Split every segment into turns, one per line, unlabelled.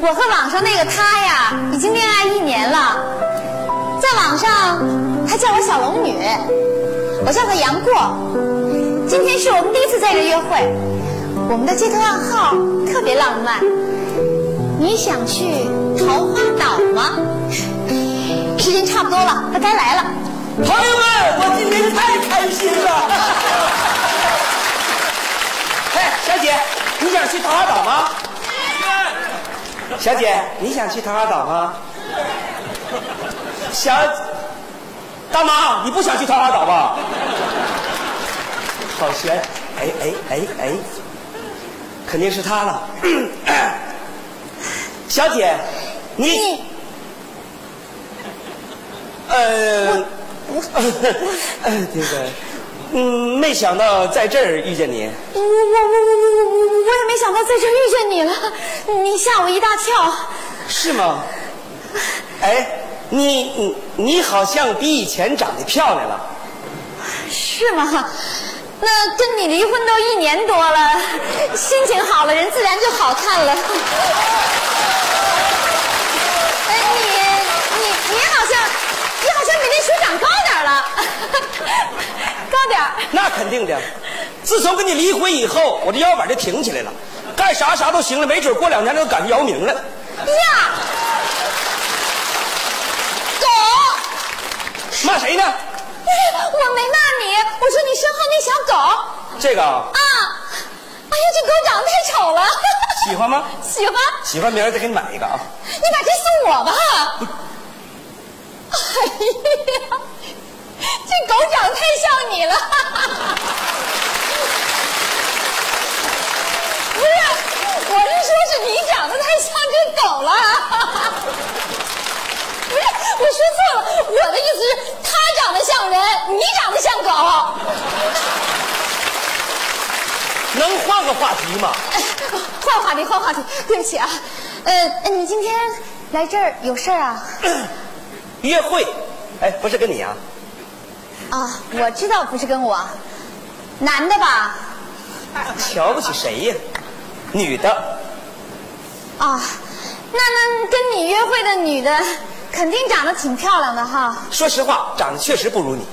我和网上那个他呀，已经恋爱一年了，在网上他叫我小龙女，我叫他杨过。今天是我们第一次在这约会，我们的街头暗号特别浪漫。你想去桃花岛吗？时间差不多了，他该来了。
朋友们，我今天太开心了！ 哎，小姐，你想去桃花岛吗？小姐，你想去桃花岛吗？小大妈，你不想去桃花岛吧？好悬！哎哎哎哎，肯定是他了。 小姐，
嗯
你呃。呃，这个，嗯，没想到在这儿遇见你。
我我我我我我我我也没想到在这儿遇见你了，你吓我一大跳。
是吗？哎，你你你好像比以前长得漂亮了。
是吗？那跟你离婚都一年多了，心情好了，人自然就好看了。哎，你你你好像你好像比那水长高点儿了， 高点儿。
那肯定的，自从跟你离婚以后，我这腰板就挺起来了，干啥啥都行了，没准过两年就赶上姚明了。
呀，狗。哎
骂谁呢？
我没骂你，我说你身后那小狗啊，
这个啊
哎呀，这狗长得太丑了，
喜欢吗？
喜欢，
喜欢明儿再给你买一个啊。
你把这送我吧。哎呀，这狗长得太像你了。不是，我是说是你长得太像这狗了。不是，我说错了，我的意思是，它长得像人，你长得像狗。
能换个话题吗？
哎换话题，换话题，对不起啊，呃，你今天来这儿有事儿啊？
约会，哎，不是跟你啊，
啊，我知道不是跟我，男的吧？
瞧不起谁呀？女的，
啊，那那跟你约会的女的肯定长得挺漂亮的哈，
说实话，长得确实不如你。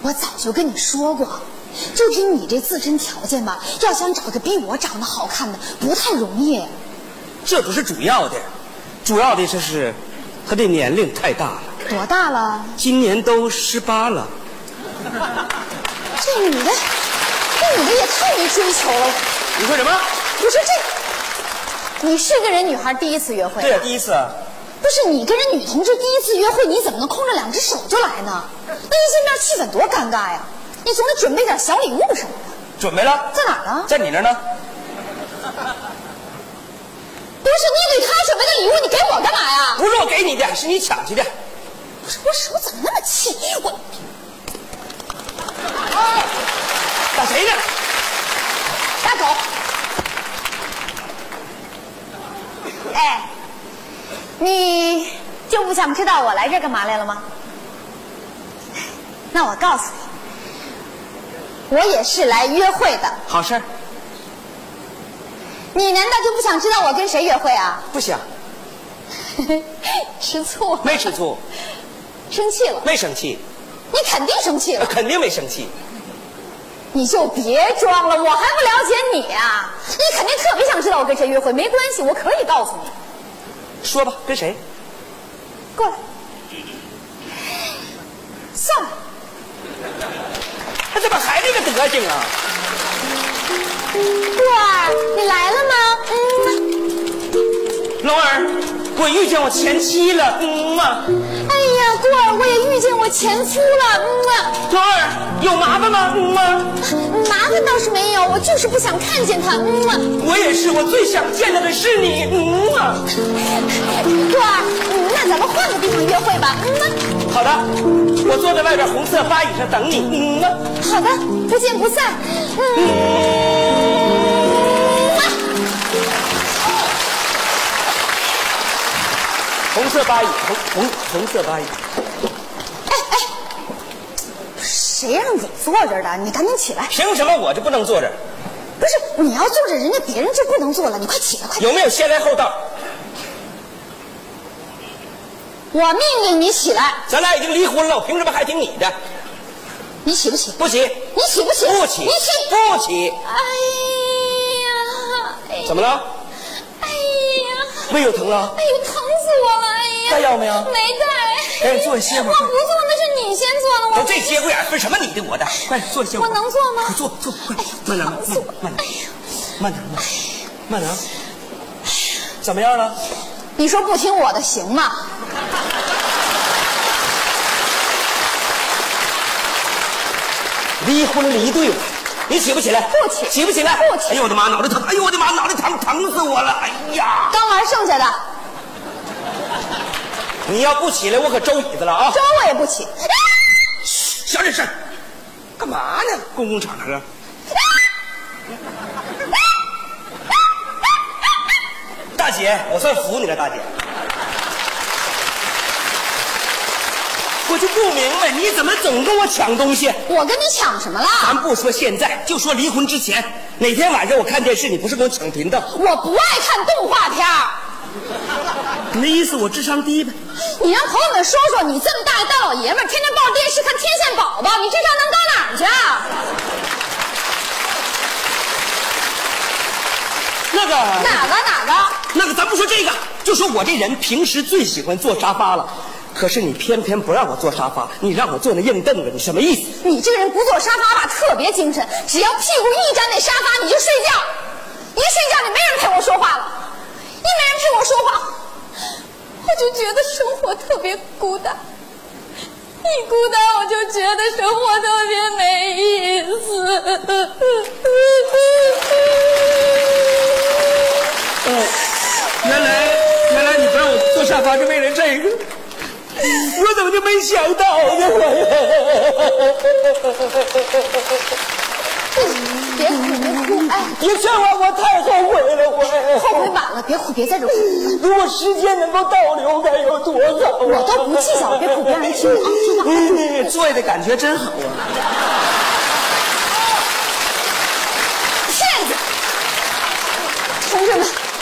我早就跟你说过。就凭你这自身条件吧，要想找个比我长得好看的，不太容易。
这不是主要的，主要的就是他这年龄太大了，
多大了？
今年都十八了。
这女的，这女的也太没追求了。
你说什么？
不是这，你是跟人女孩第一次约会？
对呀、第一次啊。
不是你跟人女同志第一次约会，你怎么能空着两只手就来呢？那一见面气氛多尴尬呀！你总得准备点小礼物什么的，
准备了，
在哪儿呢？
在你那儿呢？
不是你给他准备的礼物，你给我干嘛呀？
不是我给你的，是你抢去的。
不是我手怎么那么气？我
打谁呢？
打狗。哎，你就不想知道我来这干嘛来了吗？那我告诉你，我也是来约会的。
好事儿，
你难道就不想知道我跟谁约会啊？
不想，
吃醋了
没吃醋，
生气了，
没生气，
你
呃
肯定生气了，
肯定没生气。
你就别装了，我还不了解你啊！你肯定特别想知道我跟谁约会，没关系，我可以告诉你。
说吧，跟谁？
过来，下来，
他怎么还这个德行啊？
过儿，你来了吗？嗯，
龙儿，我遇见我前妻了，嗯嘛。
哎呀，过儿，我也遇见我前夫了，嗯啊，
龙儿，有麻烦吗？嗯嘛。
麻烦倒是没有，我就是不想看见他，嗯啊。
我也是，我最想见到的是你，嗯嘛。
过儿，嗯那咱们换个地方约会吧，嗯啊。
好的，我坐在外边红色花椅上等你，嗯嘛。
好的，不见不散。嗯。
红色八椅，红红红色八椅。
哎谁让你坐这儿的？你赶紧起来！
凭什么我就不能坐这儿？
不是你要坐着，人家别人就不能坐了，你快起来，快！
有没有先来后到？
我命令你起来，
咱俩已经离婚了，我凭什么还听你的？
你起不起？
不起，
你起不起？
不起，
你起！
不起，
哎呀，哎呀，
怎么了？
哎呀，
胃又疼了？
哎呦，疼死我了！哎呀，
带药没有
没带。
赶紧坐下歇会儿
我不坐，那是你先坐的，
都
我
这节骨眼儿分什么你的我的？哎快点坐下歇会
我
儿。
能坐
快
吗？哎
坐坐，快慢点，慢点，慢点，慢点，啊慢点，怎么样了？
你说不听我的行吗？
离婚离对了，你起不起来？
不起
起不起来？
不起
哎呦我的妈，脑袋疼！哎呦我的妈，脑袋疼，疼死我了！哎呀，
刚玩剩下的，
你要不起来，我可周椅子了啊！
粥我也不起。啊
小点声，干嘛呢？公共场合。大姐，我算服你了，大姐。我就不明白，你怎么总跟我抢东西？
我跟你抢什么了？
咱不说现在，就说离婚之前，哪天晚上我看电视，你不是跟我抢频道？
我不爱看动画片儿。
你那意思我智商低呗？
你让朋友们说说，你这么大一大老爷们儿，天天抱着电视看《天线宝宝》，你智商能高哪儿去啊？
那个，
哪个哪啊个？
那个，咱不说这个，就说我这人平时最喜欢坐沙发了，可是你偏偏不让我坐沙发，你让我坐那硬凳子，你什么意思？
你这个人不坐沙发吧，特别精神，只要屁股一沾那沙发你就睡觉，一睡觉就没人陪我说话了，一没人陪我说话，我就觉得生活特别孤单。一孤单，我就觉得生活特别没意思。
原来，原来你不让我坐沙发是为了这个，我怎么就没想到呢？
别哭，别哭，哎，
你这话我太后悔了，我
后悔晚了，别哭，别在这哭。
如果时间能够倒流，该有多好啊！
我都不计较，别哭，别让人听啊！听 到
嗯，坐下的感觉真好啊！
骗子！同志们，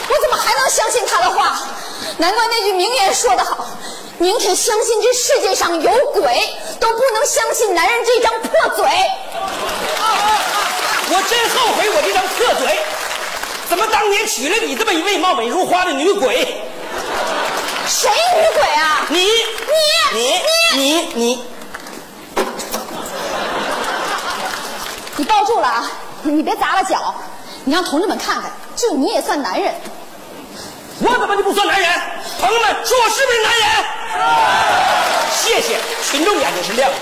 我怎么还能相信他的话？难怪那句名言说得好：宁肯相信这世界上有鬼，都不能相信男人这张破嘴。
我真后悔我这张破嘴，怎么当年娶了你这么一位貌美如花的女鬼？
谁女鬼啊？
你
你
你你你，
你抱住了啊！你别砸了脚，你让同志们看看，就你也算男人。
我怎么就不算男人？朋友们，说我是不是男人？谢谢，群众眼睛是亮的。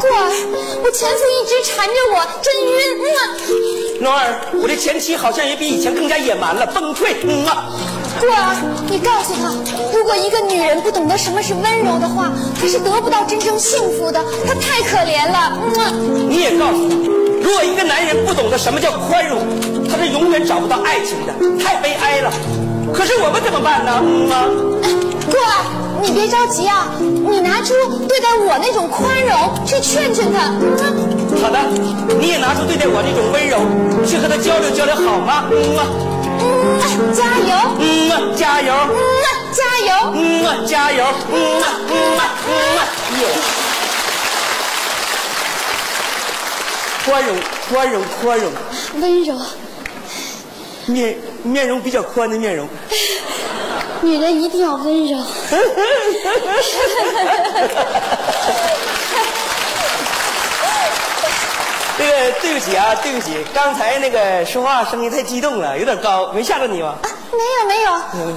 过儿，我前夫一直缠着我，真晕。嗯啊
诺儿，我这前妻好像也比以前更加野蛮了，崩溃。嗯啊，
过儿，你告诉他，如果一个女人不懂得什么是温柔的话，她是得不到真正幸福的，她太可怜了。嗯，
你也告诉他，如果一个男人不懂得什么叫宽容，他是永远找不到爱情的，太悲哀了。可是我们怎么办呢？嗯啊，
过儿，你别着急啊，你拿出对待我那种宽容去劝劝她。嗯，
好的，你也拿出对待我这种温柔，去和他交流交流好吗？嗯啊，
嗯，加油，
嗯啊，加油，
嗯，加油。
嗯啊，加油，嗯啊，嗯啊，嗯啊，有。宽容，宽容，宽容。
温柔，
面面容比较宽的面容。
女人一定要温柔。啊
那个对不起啊，对不起，刚才那个说话声音太激动了，有点高，没吓着你吧？
啊没有没有，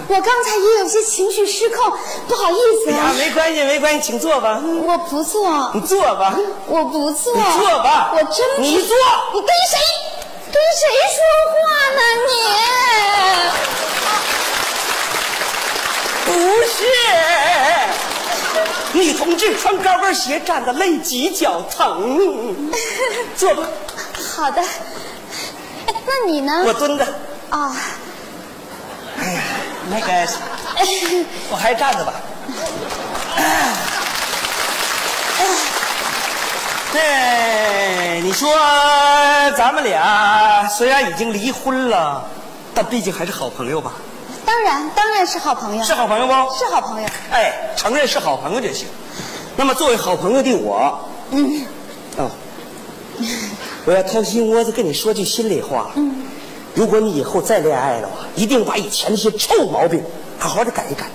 我刚才也有些情绪失控，不好意思
哎呀，
啊，
没关系，没关系，请坐吧，
我不错。
你坐吧，
我不做，
哎嗯你坐吧
哎我真不
你坐
你哦跟谁跟谁说话呢你？
不是。女同志穿高跟鞋站的累挤脚疼，坐吧，
好的，哎那你呢？
我蹲着，
啊，
那个我还站着吧。哎，哎，你说咱们俩虽然已经离婚了，但毕竟还是好朋友吧？
当然，当然是好朋友，
是好朋友不？
是好朋友。
哎，承认是好朋友就行。那么作为好朋友的我，
嗯，
哦，我要掏心窝子跟你说句心里话。嗯，如果你以后再恋爱的话，一定把以前那些臭毛病好好的改一改。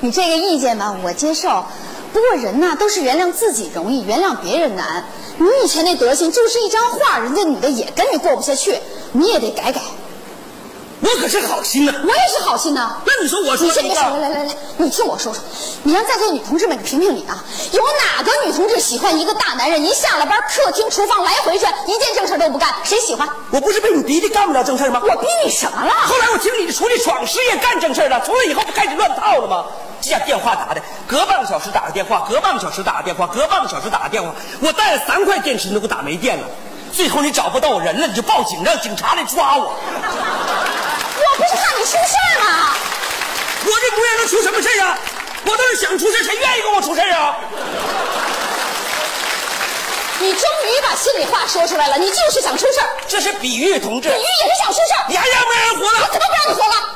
你这个意见吧，我接受。不过人呐、都是原谅自己容易，原谅别人难。你以前那德行就是一张画，人家女的也跟你过不下去，你也得改改。
我可是好心呐、
我也是好心呐。
那你说我说
你先
什
别说了，
么？
来来来，你听我说说，你让在座女同志们评评理啊，有哪个女同志喜欢一个大男人，一下了班客厅厨房来回转，一件正事都不干，谁喜欢？
我不是被你逼的干不了正事儿吗？
我逼你什么了？
后来我听你出去闯事业干正事儿了，从那以后不开始乱套了吗？这家电话打的，隔半个小时打个电话，隔半个小时打个电话，隔半个小时打个电话，我带了三块电池你都给我打没电了。最后你找不到我人了，你就报警，让警察来抓我。
我不是怕你出事儿吗？
我这姑娘能出什么事儿啊？我倒是想出事儿，谁愿意跟我出事儿啊？
你终于把心里话说出来了，你就是想出事儿，
这是比喻，同志
鲤，鱼也是想出事儿，
你还让不让人活
我
了？
怎么不让你活了？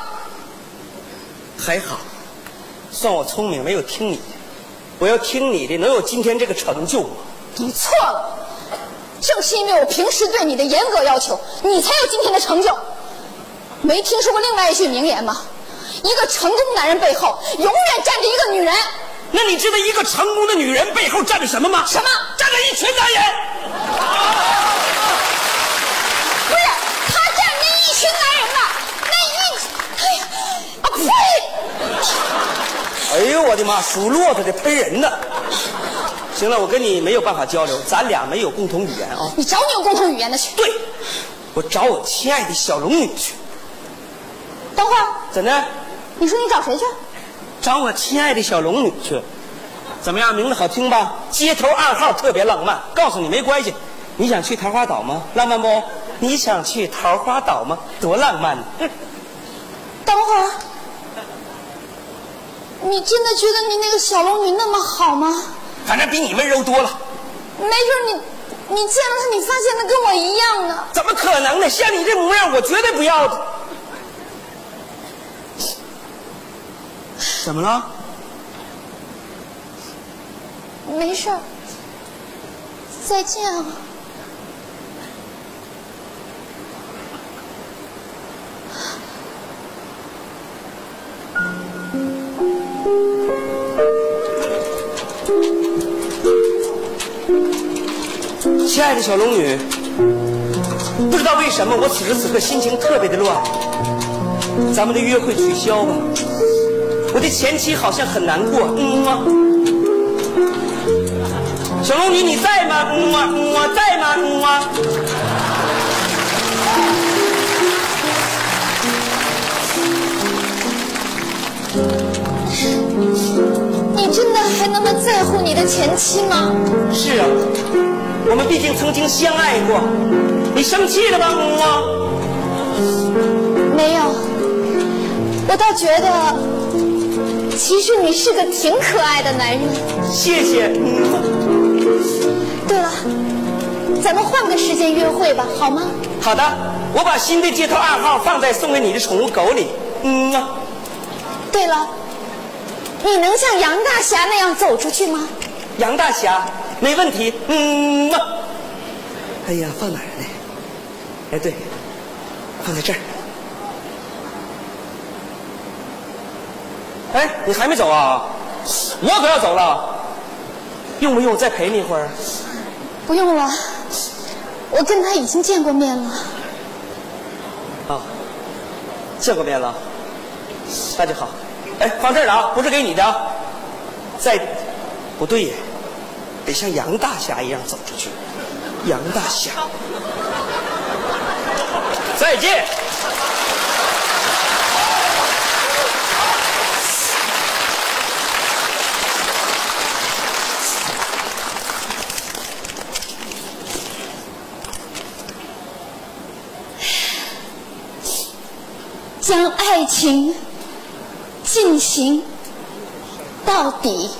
还好，算我聪明，没有听你的。我要听你的，能有今天这个成就吗？
你错了，正是因为我平时对你的严格要求，你才有今天的成就。没听说过另外一句名言吗？一个成功男人背后永远站着一个女人。
那你知道一个成功的女人背后站着什么吗？
什么
站着一群男人。
不是，他站着那一群男人吧？那一，哎呀，啊呸！
哎呦我的妈，数骆驼的喷人呢！行了，我跟你没有办法交流，咱俩没有共同语言啊。
你找你有共同语言的去。
对，我找我亲爱的小龙女去。
等会儿，
怎的？
你说你找谁去？
找我亲爱的小龙女去。怎么样，名字好听吧？街头暗号特别浪漫。告诉你没关系，你想去桃花岛吗？浪漫不？你想去桃花岛吗？多浪漫呢！
等会儿，你真的觉得你那个小龙女那么好吗？
反正比你温柔多了。
没准你你见了她，你发现她跟我一样呢。
怎么可能呢？像你这模样，我绝对不要的。怎么了？
没事儿，再见啊。
亲爱的小龙女，不知道为什么我此时此刻心情特别的乱，咱们的约会取消吧。我的前妻好像很难过，嗯么。小龙女，你在吗？嗯啊，嗯啊，在吗？嗯啊。
你真的还那么在乎你的前妻吗？
是啊，我们毕竟曾经相爱过。你生气了吗？嗯啊。
没有，我倒觉得，其实你是个挺可爱的男人。
谢谢。嗯啊
对了，咱们换个时间约会吧，好吗？
好的，我把新的街头暗号放在送给你的宠物狗里。嗯啊，
对了，你能像杨大侠那样走出去吗？
杨大侠，没问题。嗯啊，哎呀，放哪儿呢？哎，对，放在这儿。哎，你还没走啊？我可要走了，用不用我再陪你一会儿？
不用了，我跟他已经见过面了。
啊，见过面了，那就好。哎，放这儿了啊，不是给你的啊。再，不对呀，得像杨大侠一样走出去。杨大侠，再见。
将爱情进行到底。